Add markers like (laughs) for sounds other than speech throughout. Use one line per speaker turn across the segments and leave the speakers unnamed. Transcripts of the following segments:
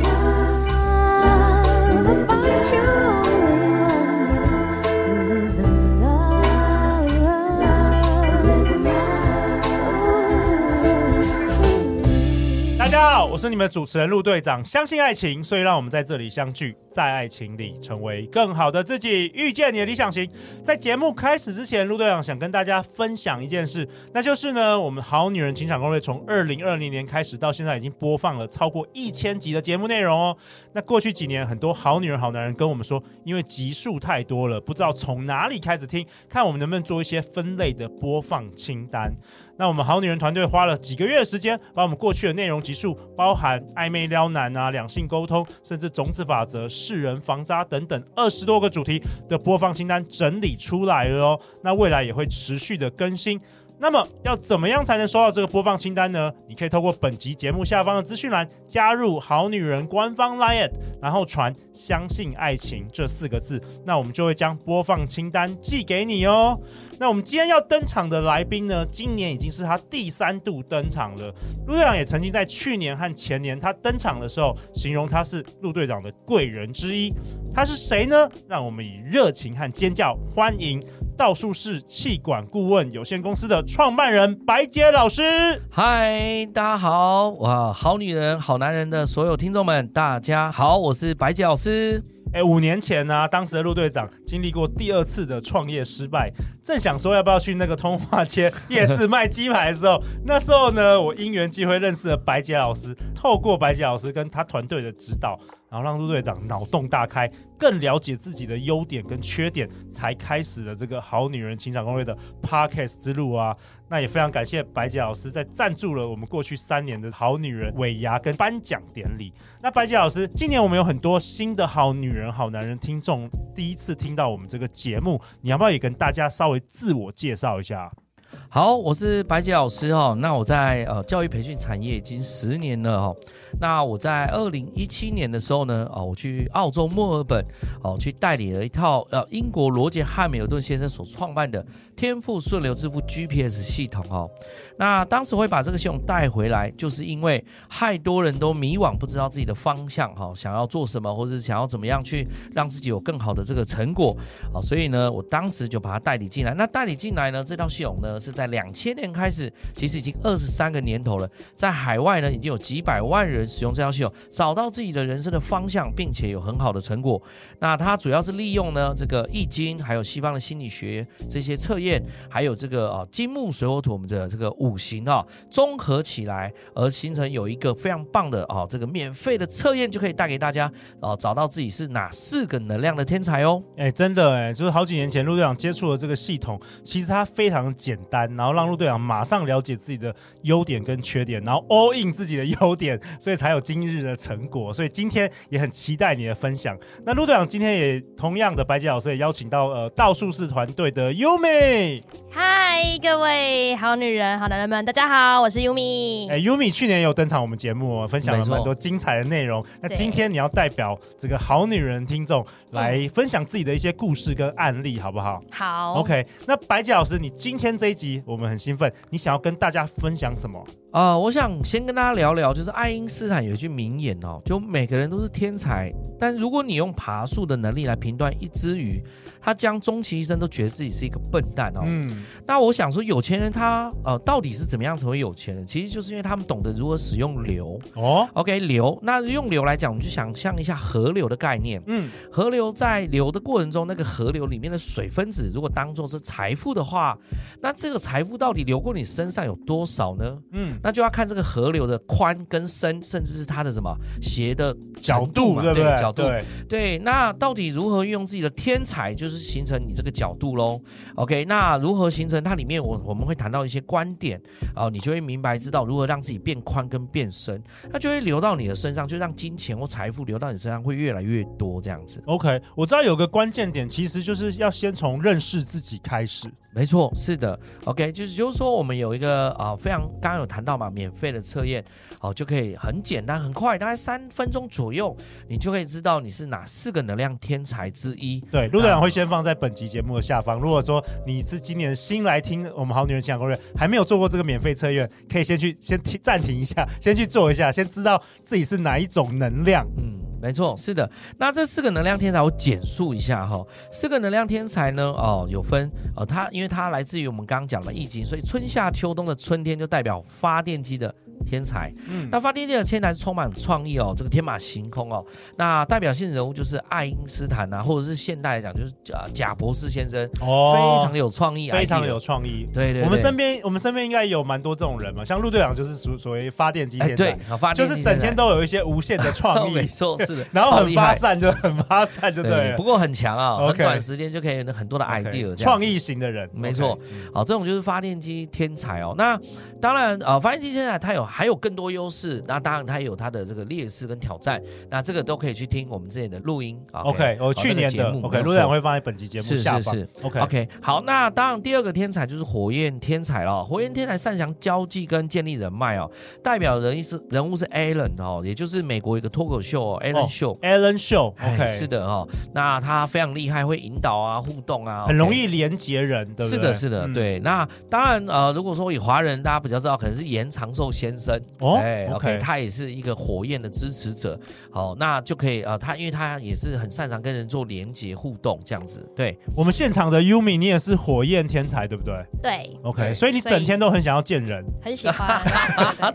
Love, find you only one. Live in love, live in love.
大家好，我是你们的主持人陆队长。相信爱情，所以让我们在这里相聚，在爱情里成为更好的自己，遇见你的理想型。在节目开始之前，陆队长想跟大家分享一件事，那就是呢，我们《好女人情场攻略》从二零二零年开始到现在，已经播放了超过一千集的节目内容哦。那过去几年，很多好女人、好男人跟我们说，因为集数太多了，不知道从哪里开始听，看我们能不能做一些分类的播放清单。那我们好女人团队花了几个月的时间，把我们过去的内容集数，包含暧昧撩男啊、两性沟通，甚至种子法则、世人防渣等等二十多个主题的播放清单整理出来了哦。那未来也会持续的更新。那么要怎么样才能收到这个播放清单呢？你可以透过本集节目下方的资讯栏加入“好女人”官方 Line，然后传“相信爱情”这四个字，那我们就会将播放清单寄给你哦。那我们今天要登场的来宾呢，今年已经是他第三度登场了。陆队长也曾经在去年和前年他登场的时候，形容他是陆队长的贵人之一。他是谁呢？让我们以热情和尖叫欢迎道术士气管顾问有限公司的创办人白杰老师。
嗨，大家好！哇，好女人、好男人的所有听众们，大家好，我是白洁老师。
哎，五年前呢、当时的陆队长经历过第二次的创业失败，正想说要不要去那个通化街夜市卖鸡排的时候，那时候呢，我因缘际会认识了白洁老师，透过白洁老师跟他团队的指导，然后让陆队长脑洞大开，更了解自己的优点跟缺点，才开始了这个好女人情场攻略的 podcast 之路啊。那也非常感谢白洁老师在赞助了我们过去三年的好女人尾牙跟颁奖典礼。那白洁老师，今年我们有很多新的好女人、好男人听众，第一次听到我们这个节目，你要不要也跟大家稍微自我介绍一下？啊
好，我是白洁老师哦。那我在呃教育培训产业已经十年了哦。那我在呃二零一七年的时候呢，哦，我去澳洲墨尔本哦，去代理了一套呃英国罗杰汉密尔顿先生所创办的天赋顺流致富 GPS 系统哦。那当时会把这个系统带回来，就是因为太多人都迷惘，不知道自己的方向哈、哦，想要做什么，或者是想要怎么样去让自己有更好的这个成果。好，哦所以呢，我当时就把它代理进来。那代理进来呢，这套系统呢是在两千年开始，其实已经二十三个年头了，在海外呢已经有几百万人使用这套系统，找到自己的人生的方向，并且有很好的成果。那它主要是利用呢这个易经，还有西方的心理学这些测验，还有这个啊金木水火土我们的这个五行啊综合起来，而形成有一个非常棒的啊这个免费的测验，就可以带给大家啊找到自己是哪四个能量的天才哦。
哎、真的哎、就是好几年前陆队长接触了这个系统，其实它非常简单，然后让陆队长马上了解自己的优点跟缺点，然后 all in 自己的优点，所以才有今日的成果。所以今天也很期待你的分享。那陆队长今天也同样的，白洁老师也邀请到呃道术士团队的优美，
嗨，各位好女人、好男人们，大家好，我是 Yumi。
哎、优米去年也有登场我们节目、哦，分享了
没错
蛮多精彩的内容。那
对
今天你要代表这个好女人听众来分享自己的一些故事跟案例，好不好？
好
OK，那白姐老师，你今天这一集我们很兴奋，你想要跟大家分享什么？
啊、我想先跟大家聊聊，就是爱因斯坦有一句名言哦，就每个人都是天才，但如果你用爬树的能力来评断一只鱼，他将终其一生都觉得自己是一个笨蛋哦。
嗯，
那我想说，有钱人他呃到底是怎么样成为有钱人？其实就是因为他们懂得如何使用流。
哦，
OK，流，那用流来讲，我们就想象一下河流的概念。
嗯，
河流在流的过程中，那个河流里面的水分子，如果当做是财富的话，那这个财富到底流过你身上有多少呢？
嗯，
那就要看这个河流的宽跟深，甚至是它的什么斜的
角
程度
度
嘛，
对不对？
角度
对
对。那到底如何运用自己的天才，就是形成你这个角度喽？OK，那如何形成它里面我我们会谈到一些观点啊、你就会明白知道如何让自己变宽跟变深，那就会流到你的身上，就让金钱或财富流到你身上会越来越多这样子。
OK，我知道有个关键点，其实就是要先从认识自己开始。
没错，是的，OK，就是就是说我们有一个啊、非常刚刚有谈到嘛，免费的测验，好、就可以很简单很快，大概三分钟左右，你就可以知道你是哪四个能量天才之一。
对，陆队长会先放在本集节目的下方。如果说你是今年新来听我们《好女人情感攻略》，还没有做过这个免费测验，可以先去先停暂停一下， (laughs) 先去做一下，先知道自己是哪一种能量。
嗯，没错，是的。那这四个能量天才，我简述一下哈、四个能量天才呢，哦，有分哦，它因为它来自于我们刚刚讲的易经，所以春夏秋冬的春天就代表发电机的天才。
嗯，
那发电机的天才是充满创意哦，这个天马行空哦。那代表性人物就是爱因斯坦啊，或者是现代来讲就是呃贾博士先生，非常的有创意，
哦非常
idea
有。创意。
对对对，
我们身边，我们身边应该有蛮多这种人嘛，像陆队长就是属所谓发电机
哎
天
对
才，，
好发
就
电机
是整天
天才
都有一些无限的创
(laughs) 没
意，，
错，是的
(laughs) 然后
超
很
厉
发
害。
散，就很发散，就对
对，
了
不。过很强啊、很
OK
短时间就可以有很多的
OK，
idea，这样子
创意型的人，
没错
OK，嗯
好，这种就是发电机天才哦。那当然，呃，发电机天才它有还有更多优势，那当然它也有它的这个劣势跟挑战，那这个都可以去听我们之前的录音。
OK，我
好
去
那个
年
节
的
目
OK，
没有
陆队长
错
会放在本集节目
是
下
是
方
是。
OK
OK，好，那当然第二个天才就是火焰天才了。火焰天才擅长交际跟建立人脉哦，代表人物是人物是 Alan 哦，也就是美国一个脱口秀
哦
哦 Alan 秀。
Alan Show
哎
OK，
是的哦，那他非常厉害，会引导啊、互动啊，
很容
OK
易连接人，对不对？
是的，是的，
嗯。
对。那当然，呃，如果说以华人大家比较知道，可能是严长寿先生，
哦
哎
，OK，
他也是一个火焰的支持者。好，那就可以呃，他因为他也是很擅长跟人做连接互动这样子，
(laughs)
对，
我们现场的 Yumi，你也是火焰天才，对不对
对，
？OK，
对
所以你
所以
整天都很想要见人，
很喜欢。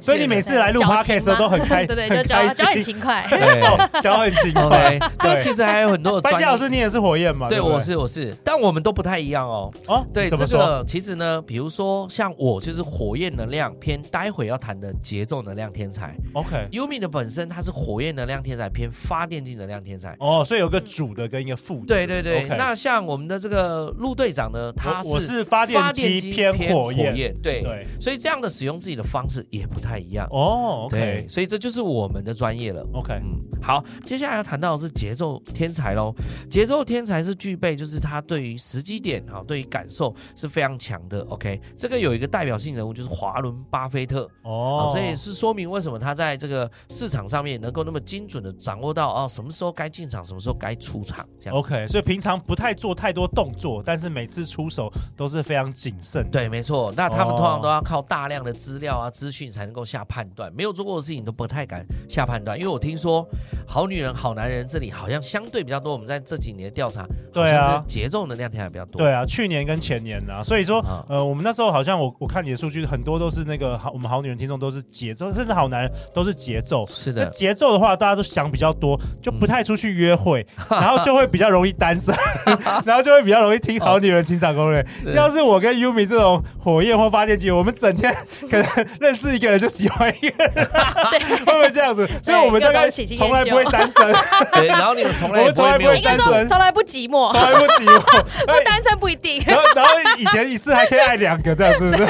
所以你每次来
(laughs)
录 podcast 都很开，
对对，
很
就脚
开
脚很
心，
勤快。
对
哦脚很勤快
，OK。。这 (laughs) 个其实还有很多
(laughs)
的
白
专
希
业
老师，你也是火焰嘛？
对，
不
我是我是，但我们都不太一样哦。
哦，
对，
怎
这
么说？
个其实呢，比如说像我就是火焰能量偏，待会要谈的节奏能量天才。
OK，
Yumi 的本身它是火焰能量天才偏发电机能量天才。
哦，所以有个主的跟一个副的。
对对对
OK
那像我们的这个陆队长呢，他
我我
是
是发电
发
机
偏
偏火焰，
焰，对，
对，
所以这样的使用自己的方式也不太一样。
哦
对
，OK，OK，，
所以这就是我们的专业了。嗯，好，接下来要谈到的是节奏天才喽。节奏天才是具备，就是他对于时机点哈、对于感受是非常强的。OK，这个有一个代表性人物就是华伦巴菲特。
哦
哦，，所以是说明为什么他在这个市场上面能够那么精准的掌握到哦，什么时候该进场，什么时候该出场，这样子。
OK，所以平常不太做太多动作，但是每次出手都是非常谨慎的。
对，没错。那他们
哦
通常都要靠大量的资料啊、资讯才能够下判断，没有做过的事情都不太敢下判断。因为我听说《好女人》《好男人》这里好像相对比较多，我们在这几年的调查，
对啊
好像是节奏能量天还比较多。
对啊，去年跟前年啊，所以说，
啊
呃，我们那时候好像我我看你的数据，很多都是那个好，我们好女人听众都是节奏，甚至好男人都是节奏。
是
那
的，嗯
节奏的话，大家都想比较多，就不太出去约
(laughs)
会，然后就会比较容易单身， (laughs) 然后就会比较容易听《好女人情场攻略》
哦是
要是我跟 Yumi 这种火焰或发电机，我们整天可能认识一个人就喜欢一个人， (laughs) 会不会这样子？所以我们大概从来不会单身， (laughs)
对。然后你们从来
我
也
们
不
从来
会没
不会
有
应该
单
单
说
身。
身
从来不寂寞， (laughs)
从来不寂寞。哎
不单身不一定。
(laughs) 然后，然后以前一次还可以爱两个，这样是
(laughs)
不是？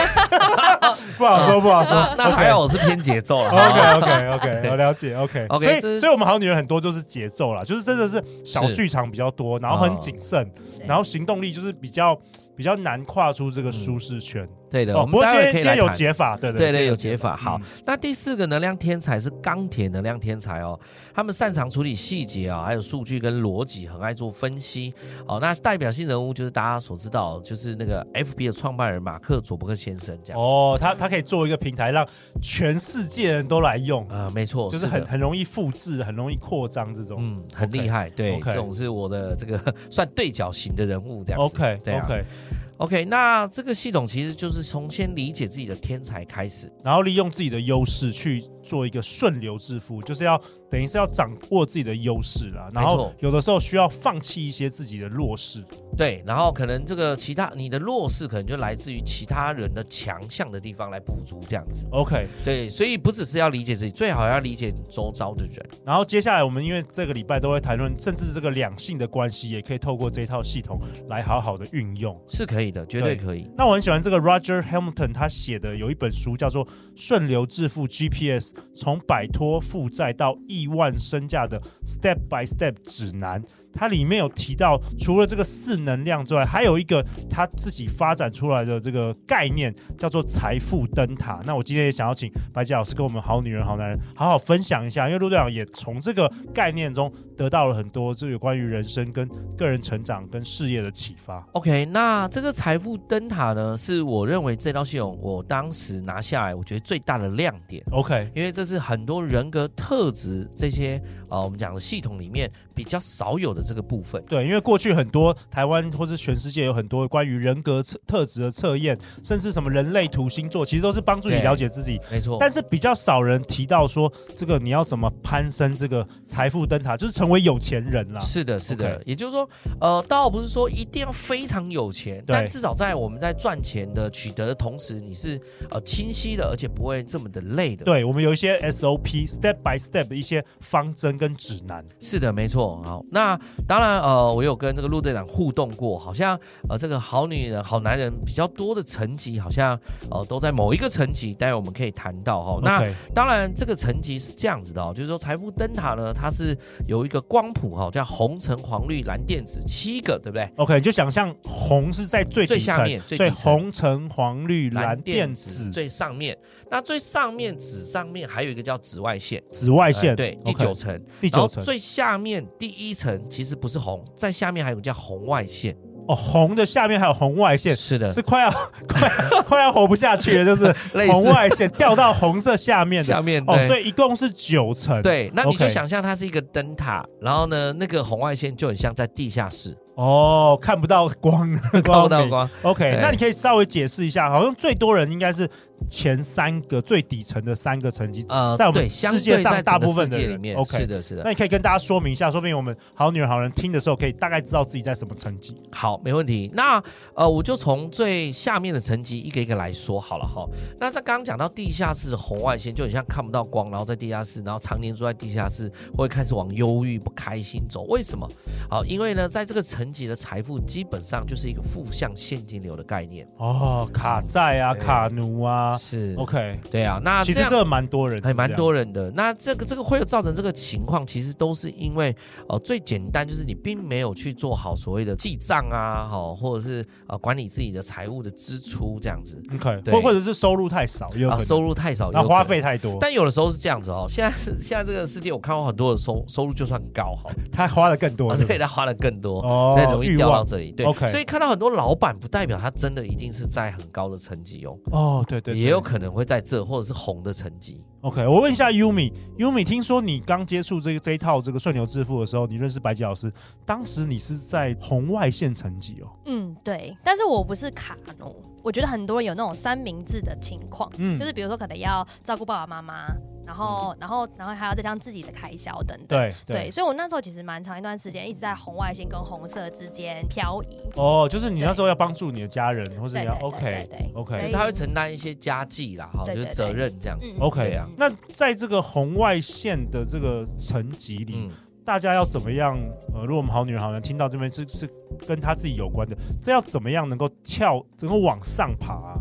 不好说，不好说。
那那还好，我是偏
(laughs)
节奏了。
哦 OK OK
(laughs)
OK，我了解 OK。
OK，
所以
这是
所以我们好女人很多就是节奏啦，就是真的是小剧场比较多，然后很谨慎，
哦
对
然后行动力就是比较比较难跨出这个舒适圈。
对的，
哦，
我
不过
们待
今
会
天
可以
今
来
天有
谈。
解法，对今
对对，
天
有解法。好
嗯，
那第四个能量天才是钢铁能量天才哦，他们擅长处理细节啊，还有数据跟逻辑，很爱做分析。哦，那代表性人物就是大家所知道，就是那个 FB 的创办人马克·佐伯克先生这样子。哦，
哦，他他可以做一个平台，让全世界人都来用，
呃，没错，
就是
的
很很容易复制，很容易扩张这种。
嗯很厉害。对
OK
这种是我的这个算对角型的人物这样子。
OK
对啊
OK，
OK，那这个系统其实就是从先理解自己的天才开始。
然后利用自己的优势去做一个顺流致富，就是要等于是要掌握自己的优势啦。然
没
后
错
有的时候需要放弃一些自己的弱势。
对，然后可能这个其他你的弱势可能就来自于其他人的强项的地方来补足这样子。
OK，
对，所以不只是要理解自己，最好要理解你周遭的人。
然后接下来我们因为这个礼拜都会谈论，甚至这个两性的关系也可以透过这套系统来好好的运用。
是可以的，绝对可以。
那我很喜欢这个 Roger Hamilton 他写的有一本书叫做《顺流致富 GPS：从摆脱负债到亿万身价的 Step by Step 指南》。它里面有提到，除了这个四能量之外，还有一个他自己发展出来的这个概念叫做财富灯塔。那我今天也想要请白洁老师跟我们好女人、好男人好好分享一下，因为陆队长也从这个概念中得到了很多这有关于人生跟个人成长跟事业的启发。
OK，那这个财富灯塔呢，是我认为这套系统我当时拿下来，我觉得最大的亮点。
OK，
因为这是很多人格特质这些呃我们讲的系统里面比较少有的这个部分。
对，因为过去很多台湾或是全世界有很多关于人格测特质的测验，甚至什么人类图星座，其实都是帮助你
对
了解自己。
没错，
但是比较少人提到说，这个你要怎么攀升这个财富灯塔，就是成为有钱人啦。
是的，是的也就是说，呃，倒不是说一定要非常有钱，
对
但至少在我们在赚钱的取得的同时，你是呃清晰的，而且不会这么的累的。，
对，我们有一些 SOP step by step 的一些方针跟指南。
是的，没错。好，那当然，呃，我有跟这个陆队长互动过，好像呃这个好女人、好男人比较多的层级，好像呃都在某一个层级，待会我们可以谈到哈。哦那
OK，
当然，这个层级是这样子的哦，就是说财富灯塔呢，它是有一个光谱哈、哦，叫红、橙、黄、绿、蓝、靛、紫七个，对不对？
OK，你就想象红是在最
最
底
下
层
面，最
所以
底层
红、橙、黄、绿、蓝、靛、
靛
紫、
最上面，那最上面紫上面还有一个叫紫外线，
紫外
呃
线，
对，第
OK，
九层，
第
然后
九层。
最下面第一层其实不是红，在下面还有一个叫红外线，
哦，红的下面还有红外线，
是的，
是快要 (laughs) 快要快要活不下去了，就是
(laughs) 类似
红外线掉到红色下面的。
下面
哦，
对
所以一共是九层。，
对，那你就
OK
想象它是一个灯塔，然后呢，那个红外线就很像在地下室，
哦，看不到光， (laughs)
看不到
明。
光，
OK，
对
那你可以稍微解释一下，好像最多人应该是前三个最底层的三个层级。
呃，
在我们
对，相
世界
对
上
在
大
整个
部分
世
的
界
人
里面
OK
是的，是的
那。你可以跟大家说明一下，说不定我们好女人好人听的时候，可以大概知道自己在什么层级。
好，没问题。那呃，我就从最下面的层级一个一个来说好了哈。那在刚刚讲到地下室的红外线，就很像看不到光，然后在地下室，然后常年住在地下室，会开始往忧郁、不开心走。为什么？好，因为呢，在这个层级的财富基本上就是一个负向现金流的概念。
哦，卡债啊，
对
卡奴啊
是
，OK，
对啊。那
其
这
实
样。
这蛮多人，
还哎蛮。多人的，那这个这个会有造成这个情况，其实都是因为呃最简单就是你并没有去做好所谓的记账啊，好、或者是呃管理自己的财务的支出这样子，
OK，
对
或或者是收入太少，也有可
啊，
能
收入太少，
那
有可
花
能
费。太多，
但有的时候是这样子哦，现在现在这个世界，我看过很多的收收入就算高
(laughs)
哈，
他花的更多
而
是不
且
是。
他花的更多，
哦
所以容易
欲
掉到
望
这里。对
OK
所以看到很多老板，不代表他真的一定是在很高的层级哦，
哦，对对，对
也有可能会在这或者是红的层级。
OK，我问一下 Yumi，Yumi，听说你刚接触这个这一套这个顺流致富的时候，你认识白洁老师，当时你是在红外线层级哦，
嗯，对，但是我不是卡奴，我觉得很多人有那种三明治的情况，
嗯，
就是比如说可能要照顾爸爸妈妈，然后然后然后还要再加上自己的开销等等。
对对，
所以我那时候其实蛮长一段时间一直在红外线跟红色之间漂移。
哦，就是你那时候要帮助你的家人，或者
对对
你要
对
OK
对对
OK
所
就
以
他会承担一些家计啦，哈，
哎对
就
对
是责任这样子
嗯。
OK
对啊，
那在这个红外线的这个层级里，
嗯，
大家要怎么样？呃，如果我们好女人好男听到这边是是跟他自己有关的，这要怎么样能够跳，能够往上爬啊？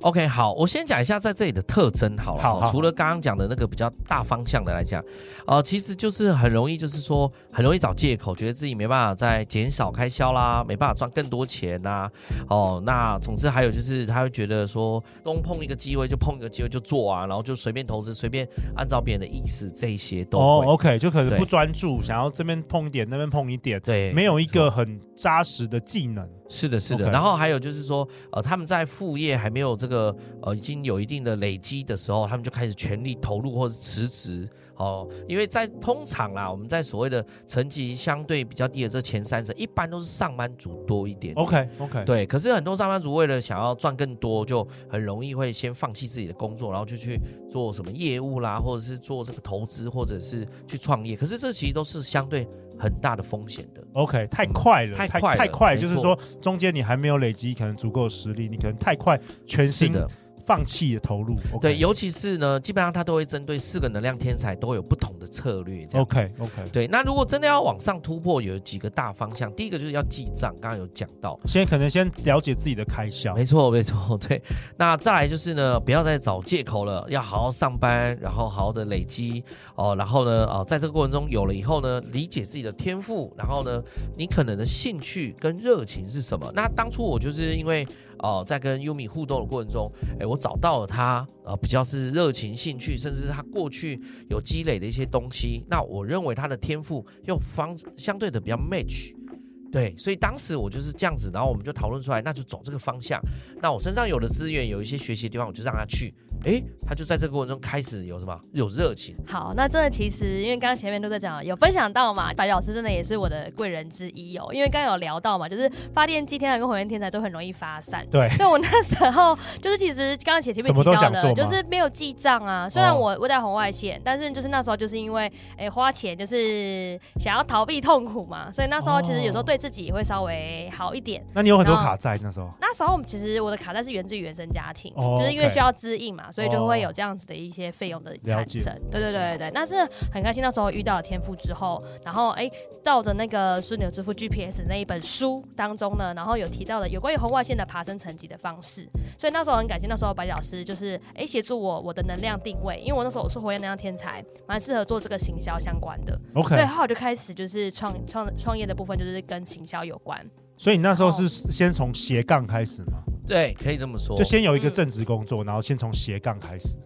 OK，好，我先讲一下在这里的特征好了。
好好
除了刚刚讲的那个比较大方向的来讲，呃，其实就是很容易，就是说很容易找借口，觉得自己没办法再减少开销啦，没办法赚更多钱啦。哦，那总之还有就是他会觉得说东碰一个机会就碰一个机会就做啊，然后就随便投资，随便按照别人的意思，这一些都
哦
会。
，OK，就可能
对
不专注，想要这边碰一点，那边碰一点。
对，
没有一
错
个很扎实的技能。
是的，是的。
OK
然后还有就是说，呃，他们在副业还没有这个呃已经有一定的累积的时候，他们就开始全力投入或是辞职哦。因为在通常啦，我们在所谓的成绩相对比较低的这前三者，一般都是上班族多一点。
OK OK，
对，可是很多上班族为了想要赚更多，就很容易会先放弃自己的工作，然后就去做什么业务啦，或者是做这个投资，或者是去创业。可是这其实都是相对很大的风险的。
OK，太快了，
太
太
快了
太快了，
没
就是
错
说中间你还没有累积可能足够的实力，你可能太快全
是
心
的，
放弃的投入。OK
对，尤其是呢，基本上它都会针对四个能量天才都有不同的策略。这样子
OK OK，
对，那如果真的要往上突破，有几个大方向。第一个就是要记账，刚刚有讲到，
先可能先了解自己的开销。
没错没错，对。那再来就是呢，不要再找借口了，要好好上班，然后好好的累积哦，然后呢，哦，在这个过程中有了以后呢，理解自己的天赋，然后呢，你可能的兴趣跟热情是什么？那当初我就是因为。哦，在跟优米互动的过程中，哎，我找到了他，呃，比较是热情、兴趣，甚至是他过去有积累的一些东西。那我认为他的天赋又方相对的比较 match，对，所以当时我就是这样子，然后我们就讨论出来，那就走这个方向。那我身上有的资源，有一些学习的地方，我就让他去。哎，他就在这个过程中开始有什么有热情，
好，那真的其实因为刚刚前面都在讲，有分享到嘛，白老师真的也是我的贵人之一哦，因为刚刚有聊到嘛，就是发电机天才跟火焰天才都很容易发散。
对，
所以我那时候就是其实刚刚前面
什么
提
都
到
想做吗哦
的，就是没有记账啊。虽然我我在红外线，但是就是那时候就是因为哎、花钱就是想要逃避痛苦嘛，所以那时候其实有
哦
时候对自己也会稍微好一点。
那你有很多
然后
卡债那时候，
那时候我们其实我的卡带是源自于原生家庭，
哦
就是因为
OK
需要支应嘛，所以就
哦
会有这样子的一些费用的
了
产
解
生。对对对对对，那真的很开心，那时候遇到了天赋之后，然后哎，照着那个《枢纽之父 GPS》那一本书当中呢，然后有提到的有关于红外线的爬升层级的方式，所以那时候很感谢那时候白老师就是哎协助我我的能量定位，因为我那时候我是火焰能量天才，蛮适合做这个行销相关的，所以
OK，
后来我就开始就是创创创业的部分就是跟行销有关。
所以你
哦
那时候是先从斜杠开始嘛，
对，可以这么说。
就先有一个
嗯
正职工作，然后先从斜杠开始。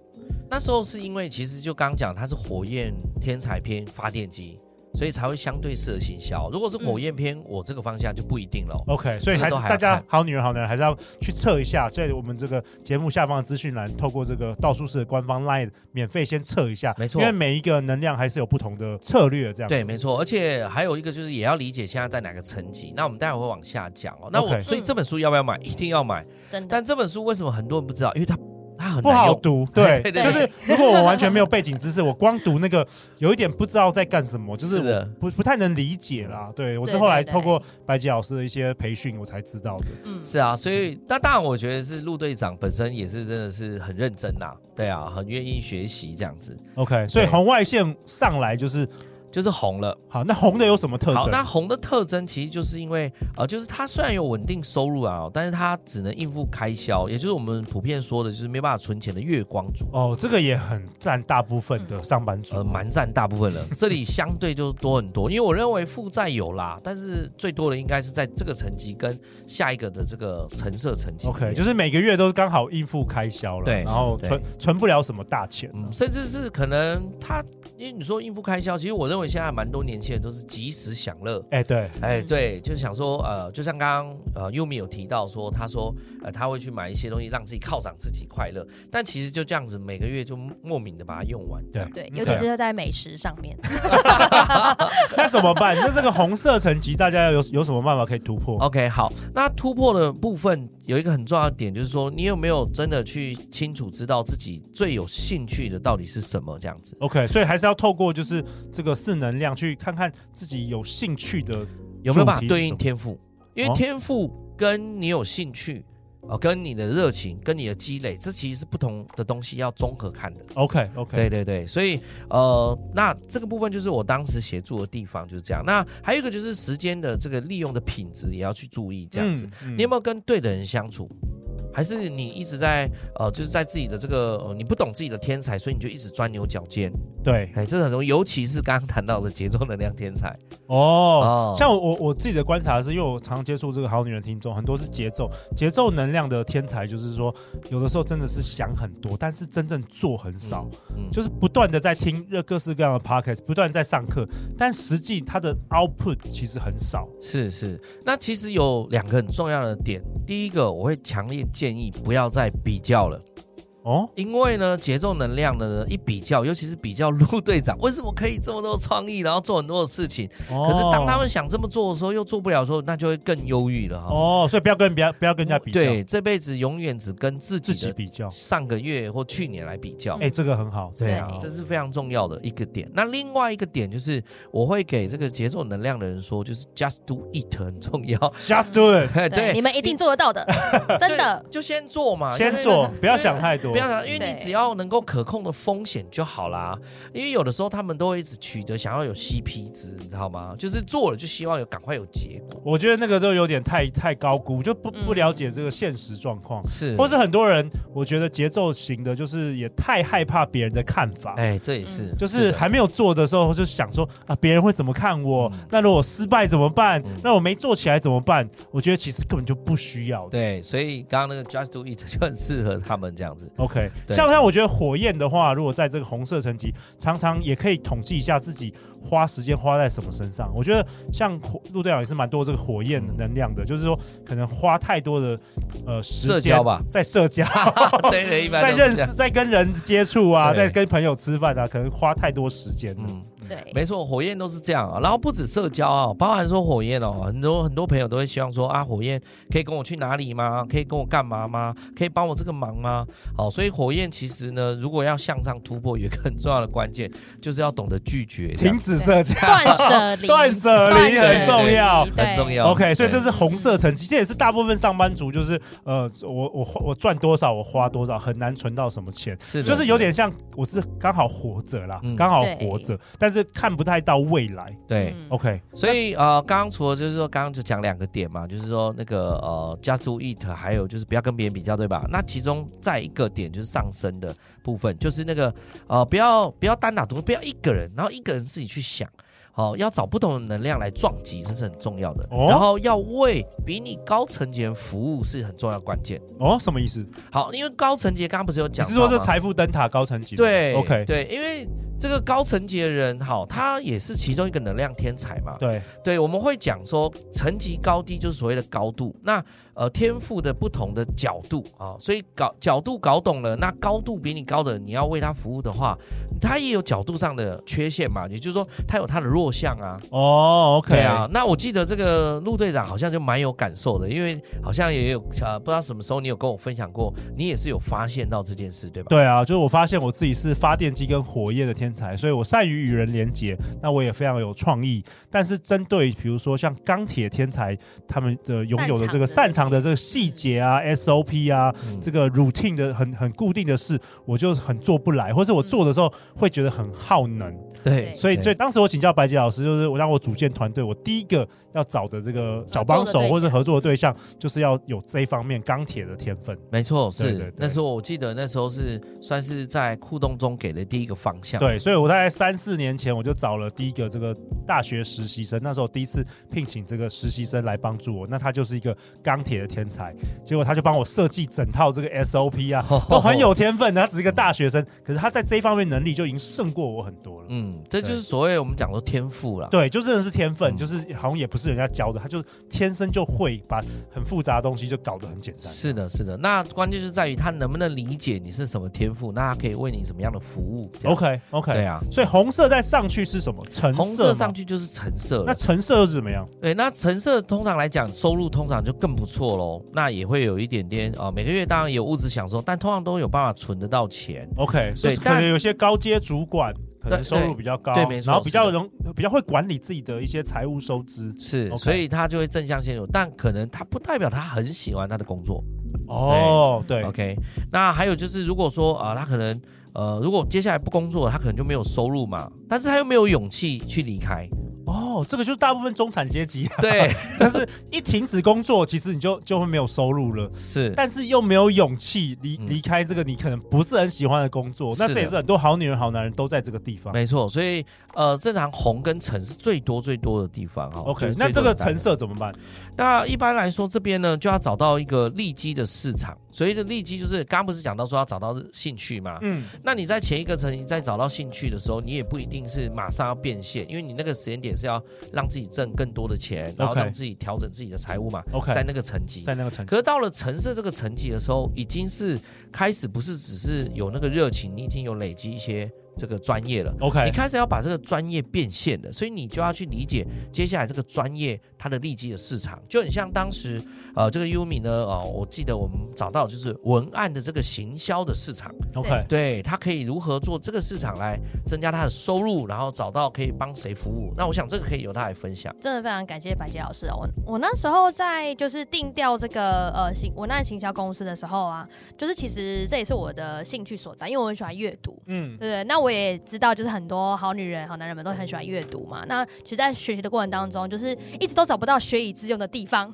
那时候是因为其实就刚讲它是火焰天才篇发电机，所以才会相对适合行销。如果是火焰篇，我这个方向就不一定了。
OK，所以
这个
还是
都还
大
要
家
看
好女人好男人还是要去测一下，在我们这个节目下方的资讯栏，透过这个道术士的官方 LINE 免费先测一下，
没错
因为每一个能量还是有不同的策略，这样子
对，没错，而且还有一个就是也要理解现在在哪个层级。那我们待会会往下讲哦。那我
OK
所以这本书要不要买？一定要买。
真的，
但这本书为什么很多人不知道？因为它它很
不
难
好
用。
读，对，
(laughs) 对对
就是如果我完全没有背景知识，我光读那个有一点不知道在干什么，就是
是
我
的
不不太能理解啦。对我是
对
后来
对对
透过白洁老师的一些培训，我才知道的。
嗯
是啊，所以那当然，我觉得是陆队长本身也是真的是很认真呐、对啊，很愿意学习这样子，
OK，所以
对
红外线上来就是
就是红了。
好，那红的有什么特
好，
征？
那红的特征其实就是因为呃，就是它虽然有稳定收入啊，但是它只能应付开销，也就是我们普遍说的，就是没办法存钱的月光族。
哦，这个也很占大部分的上班族
呃，。蛮占大部分人，这里相对就多很多，因为我认为负债有啦，但是最多的应该是在这个层级跟下一个的这个橙色层级里面。
OK，就是每个月都刚好应付开销了，
对
然后
对
存存不了什么大钱。
嗯，甚至是可能他，因为你说应付开销，其实我认为现在蛮多年轻人都是及时享乐，
哎，对， (laughs)
哎，
嗯
对，就是想说，呃，就像刚刚呃优米有提到说，他说，呃，他会去买一些东西让自己犒赏自己快乐，但其实就这样子，每个月就莫名的把它用完，这样
对，
OK
尤其是在美食上面。
那怎么办？那这个红色层级，大家有有什么办法可以突破？
OK，好，那突破的部分有一个很重要的点，就是说，你有没有真的去清楚知道自己最有兴趣的到底是什么，这样子。
OK，所以还是要透过就是这个四能量去看看自己有兴趣的
有没有办
主题
法
是
对
什么
应天赋？因为
哦
天赋跟你有兴趣，哦，跟你的热情，跟你的积累，这其实是不同的东西，要综合看的。
OK OK，
对对对，所以呃，那这个部分就是我当时协助的地方就是这样。那还有一个就是时间的这个利用的品质也要去注意，这样
嗯
子。你有没有跟对的人相处？还是你一直在呃，就是在自己的这个、呃你不懂自己的天才，所以你就一直钻牛角尖，
有对
哎，这很容易，尤其是刚刚谈到的节奏能量天才
哦？
哦
像我我我自己的观察是，因为我常接触这个好女人听众，很多是节奏节奏能量的天才，就是说有的时候真的是想很多，但是真正做很少，
嗯
就是不断的在听各各式各样的 podcast，不断地在上课，但实际他的 output 其实很少。
是是，那其实有两个很重要的点。第一个，我会强烈建议不要再比较了。
哦，
因为呢，节奏能量呢一比较，尤其是比较陆队长，为什么可以这么多创意，然后做很多的事情？
可
可是当他们想这么做的时候，又做不了的时候，那就会更忧郁了哈。
哦，所以不要跟不要不要跟人家比较，
对，这辈子永远只跟自
自
己
己
的
比较。
上个月或去年来比较。
哎，这个很好，这
对
个
啊
很，好
这是非常重要的一个点。那另外一个点就是，我会给这个节奏能量的人说，就是 just do it 很重 (laughs) 要。
，just do it，
对，你们一定做得到
(laughs)
的，真的。
就先做嘛，
先
因为
做，不要想太多
不。要想，因为
对
你只要能够可控的风险就好啦。因为有的时候他们都会一直取得想要有 CP 值，你知道吗？就是做了就希望有赶快有结果，
我觉得那个都有点太太高估，就不
嗯
不了解这个现实状况，
是，
或是很多人，我觉得节奏型的，就是也太害怕别人的看法。
哎，这也
嗯
是，
啊就是
的
还没有做的时候，就想说啊，别人会怎么看我
嗯？
那如果失败怎么办
嗯？
那我没做起来怎么办？我觉得其实根本就不需要的。
对，所以刚刚那个 just do it 就很适合他们这
(laughs)
样子。
OK，
对
像像我觉得火焰的话，如果在这个红色层级，常常也可以统计一下自己花时间花在什么身上。我觉得像火陆队长也是蛮多这个火焰能量的，就是说可能花太多的呃时
社
间
交吧
在社交，
对对，一般
在
都是
认
这
识
样，
在跟人接触啊，
对
在跟朋友吃饭啊，可能花太多时间了。
嗯。
对，
没错，火焰都是这样啊。然后不止社交啊，包含说火焰哦，很多很多朋友都会希望说啊，火焰可以跟我去哪里吗？可以跟我干嘛吗？可以帮我这个忙吗？好，所以火焰其实呢，如果要向上突破，有一个很重要的关键，就是要懂得拒绝，这样
(laughs) 停止社交，
断舍离，嗯
(laughs) 断舍离
断舍
很重要。
离
很重。要。
OK，所以这
对
是红色层级，这也是大部分上班族就是呃，我我花我赚多少，我花多少，很难存到什么钱，
是的
就是有点像我是刚好活着啦
嗯，
刚好活着，但是看不太到未来。
对。
嗯
OK，
所以呃，刚刚除了就是说，刚刚就讲两个点嘛，就是说那个呃，just do it，还有就是不要跟别人比较，对吧？那其中再一个点就是上升的部分，就是那个呃，不要不要单打独斗，不要一个人，然后一个人自己去想。哦，要找不同的能量来撞击，这是很重要的。
哦
然后要为比你高层级人服务是很重要的关键。
哦，什么意思？
好，因为高层级刚刚不是有
你
讲到
是
吗，
说这财富灯塔高层级的？
对
，OK，
对，因为这个高层级的人，好，他也是其中一个能量天才嘛。
对，
对，我们会讲说层级高低就是所谓的高度，那呃天赋的不同的角度啊、所以搞角度搞懂了，那高度比你高的，你要为他服务的话，他也有角度上的缺陷嘛，也就是说他有他的弱项啊。
哦，OK，
对啊，，那我记得这个陆队长好像就蛮有感受的，因为好像也有呃，不知道什么时候你有跟我分享过，你也是有发现到这件事，对吧？
对啊，就是我发现我自己是发电机跟火焰的天才，所以我善于与人连结，那我也非常有创意。但是针对比如说像钢铁天才他们的拥有的这个擅
擅
长
长的
的这个细节啊、SOP 啊、
嗯
这个 routine 的很很固定的事，我就很做不来，或是我做的时候
嗯
会觉得很耗能。
对，
所以，
对
所以当时我请教白洁老师，就是我让我组建团队，我第一个要找的这个小帮手
合作的对象
或是合作的对象，就是要有这一方面钢铁的天分。
没错，是
对对对
那时候我记得那时候是算是在互动中给的第一个方向。
对，所以我大概三四年前我就找了第一个这个大学实习生，那时候第一次聘请这个实习生来帮助我，那他就是一个钢铁的天才，结果他就帮我设计整套这个 SOP 啊，都很有天分的，他只是一个大学生，可是他在这一方面能力就已经胜过我很多了。
嗯，这就
对
是所谓我们讲说天赋啦。
对，就真的是天分，
嗯
就是好像也不是人家教的，他就是天生就会把很复杂的东西就搞得很简单。
是的，是的。那关键就在于他能不能理解你是什么天赋，那他可以为你什么样的服务。这样
OK OK，
对啊，
所以红色再上去是什么？橙色
红色
吗
上，去就是橙色
那
了。
橙色又是怎么样？
对，那橙色通常来讲，收入通常就更不错喽。那也会有一点点啊、呃每个月当然有物质享受，但通常都有办法存得到钱。
OK，所以可
但
能有些高阶主管可能
对
收入比较高，
对没错
然后比较
是的
容比较会管理自己的一些财务收支。
是
OK
所以他就会正向陷入，但可能他不代表他很喜欢他的工作。
哦，对
OK，那还有就是，如果说啊、他可能呃，如果接下来不工作，他可能就没有收入嘛，但是他又没有勇气去离开。
哦，这个就是大部分中产阶级，啊 (laughs)
对，
就是一停止工作，其实你就就会没有收入了。
(laughs) 是，
但是又没有勇气离
嗯
离开这个你可能不是很喜欢的工作，
是的
那这也是很多好女人、好男人都在这个地方。
没错。所以呃，正常红跟橙是最多最多的地方哈。就
OK，
是最
那这
多
个
的单
橙色怎么办？
啊那一般来说，这边呢就要找到一个利基的市场。所谓的利基，就是刚刚不是讲到说要找到兴趣嘛？
嗯，
那你在前一个层，你在找到兴趣的时候，你也不一定是马上要变现，因为你那个时间点是要让自己挣更多的钱，然后
OK
让自己调整自己的财务嘛
OK
在那个层级。
在那个城市
可是到了橙色这个层级的时候，已经是开始不是只是有那个热情，你已经有累积一些这个专业了。你
，OK，
开始要把这个专业变现的，所以你就要去理解接下来这个专业它的利基的市场，就很像当时呃这个 Umi 呢，哦、我记得我们找到就是文案的这个行销的市场，
OK，
对它可以如何做这个市场来增加它的收入，然后找到可以帮谁服务。那我想这个可以由他来分享。
真的非常感谢白洁老师哦。我我那时候在就是定调这个呃行文案行销公司的时候啊，就是其实这也是我的兴趣所在，因为我很喜欢阅读。
嗯，
对对，那我也知道，就是很多好女人、好男人们都很喜欢阅读嘛。那其实，在学习的过程当中，就是一直都找不到学以致用的地方。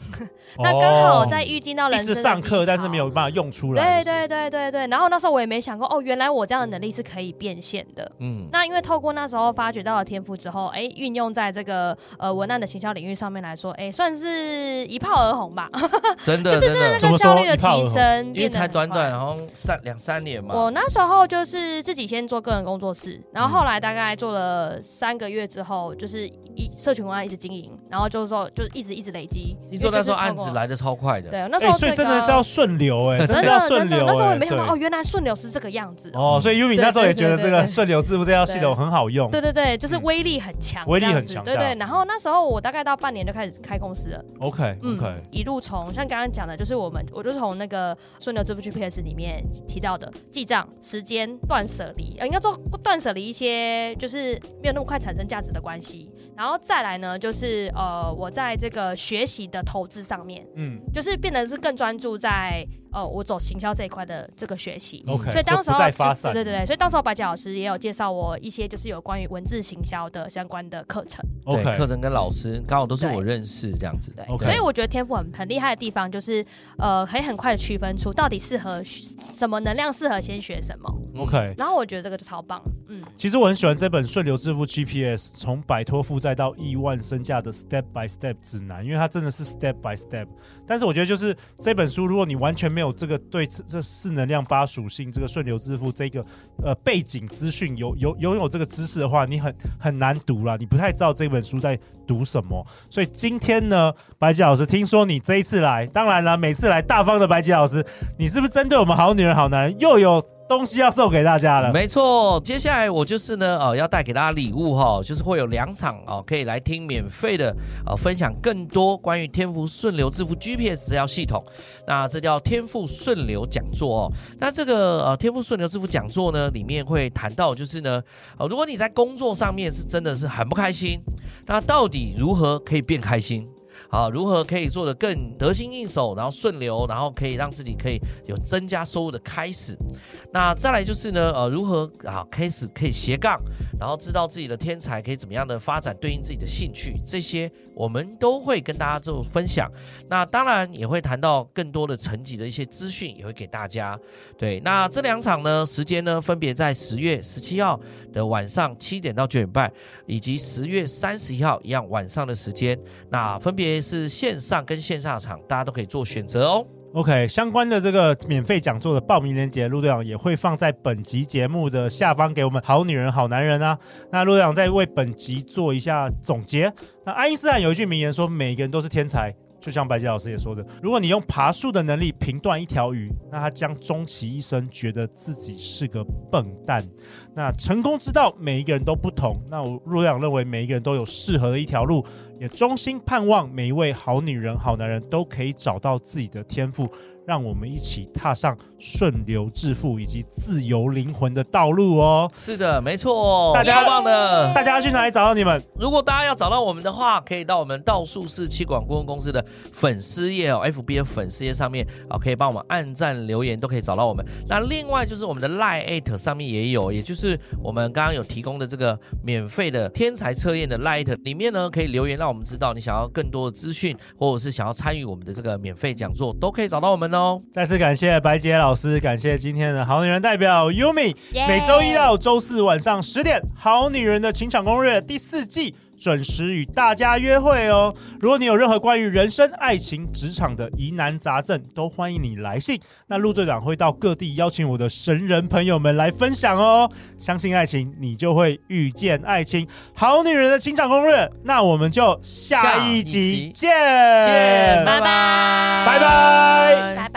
那刚好在遇见到
哦
人
一直
生的
上
低
课，但
潮
是没有办法用出来，
对对对对对，然后那时候我也没想过，哦，原来我这样的能力是可以变现的。
嗯，
那因为透过那时候发掘到的天赋之后，哎，运用在这个呃文案的行销领域上面来说，哎，算是一炮而红吧， (laughs)
真的
就是
真
这
的，
怎
个
么
效
说
率的
一炮而
提
红
升，
因为
变得
才
很
短
快
短，然后三两三年嘛
我，那时候就是自己先做个人工作室，然后后来大概做了三个月之后，就是一社群文案一直经营，然后就是说就是一直一直累积。
你说那时候
因为
案
就是透
子
过，
来的超快的，
对，那时
哎，
候、
所以真的是要。
(laughs)
顺流哎，
真
的要
的真
顺
的，
流，
那时候我
哎
也没想到，哦，
对
原来顺流是这个样子。
哦，所以 Umi 那时候也觉得这
对对对
个
对对
顺流字幕这套系统很好用，
对对对，就是
嗯
威力很强，
威力
这样
很
子
强
对
大
对。然后那时候我大概到半年就开始开公司了，
，OK
嗯
OK，
一路从像刚刚讲的，就是我们我就从那个顺流支付 GPS 里面提到的记账、时间、断舍离，呃，应该说断舍离一些就是没有那么快产生价值的关系，然后再来呢，就是呃，我在这个学习的投资上面，
嗯
就是变得是更专注在呃我走行销这一块的这个学习。
，OK，
所以当时
哎就不
候
再
就
发散，
对对对，所以当时候白洁老师也有介绍我一些就是有关于文字行销的相关的课程。
对，
，OK
课程跟老师刚好都是
对
我认识这样子的。
对
OK
所以我觉得天赋很很厉害的地方就是，呃，可以很快的区分出到底适合什么能量适合先学什么。
嗯
OK，
然后我觉得这个就超棒，嗯，
其实我很喜欢这本《顺流致富 GPS》，从摆脱负债到亿万身价的 step by step 指南，因为它真的是 step by step。但是我觉得就是这本书，如果你完全没有这个对这这四能量八属性这个顺流致富这个呃背景资讯，有有拥有这个知识的话，你很很难读啦，你不太知道这本书在读什么。所以今天呢，白洁老师，听说你这一次来，当然了，每次来大方的白洁老师，你是不是针对我们好女人好男人又有东西要送给大家了？
没错，接下来我就是呢，呃，要带给大家礼物哈、就是会有两场哦、可以来听免费的，呃，分享更多关于天赋顺流致富 GPS 这套系统。那这叫天赋顺流讲座哦。那这个呃天赋顺流致富讲座呢，里面会谈到就是呢，呃，如果你在工作上面是真的是很不开心，那到底如何可以变开心？啊，如何可以做得更得心应手，然后顺流，然后可以让自己可以有增加收入的开始。那再来就是呢，呃，如何啊开始可以斜杠，然后知道自己的天才可以怎么样的发展，对应自己的兴趣，这些我们都会跟大家做分享。那当然也会谈到更多的层级的一些资讯，也会给大家。对，那这两场呢，时间呢分别在十月十七号的晚上七点到九点半，以及十月三十一号一样晚上的时间。那分别是线上跟线下场，大家都可以做选择哦。
OK，相关的这个免费讲座的报名链接，陆队长也会放在本集节目的下方给我们好女人、好男人啊。那陆队长再为本集做一下总结。那爱因斯坦有一句名言说：“每个人都是天才。”就像白洁老师也说的，如果你用爬树的能力评断一条鱼，那他将终其一生觉得自己是个笨蛋。那成功之道，每一个人都不同。那我陆队长认为，每一个人都有适合的一条路，也衷心盼望每一位好女人、好男人都可以找到自己的天赋，让我们一起踏上顺流致富以及自由灵魂的道路哦！
是的，没错，
大家
超棒的。
大家要去哪里找到你们？
如果大家要找到我们的话，可以到我们道术士气管顾问公司的粉丝页哦，FB 的粉丝页上面啊、可以帮我们按赞、留言，都可以找到我们。那另外就是我们的 Line at 上面也有，也就是我们刚刚有提供的这个免费的天才测验的 Line at 里面呢，可以留言让我们知道你想要更多的资讯，或者是想要参与我们的这个免费讲座，都可以找到我们哦。
再次感谢白洁老师，感谢今天的好女人代表 Yumi。
耶
每周一到周四晚上十点，《好女人的情场攻略》第四季准时与大家约会哦。如果你有任何关于人生、爱情、职场的疑难杂症，都欢迎你来信。那陆队长会到各地邀请我的神人朋友们来分享哦。相信爱情，你就会遇见爱情。好女人的情场攻略，那我们就下一集
下一集
见，
见，
拜拜
拜
拜拜
拜拜。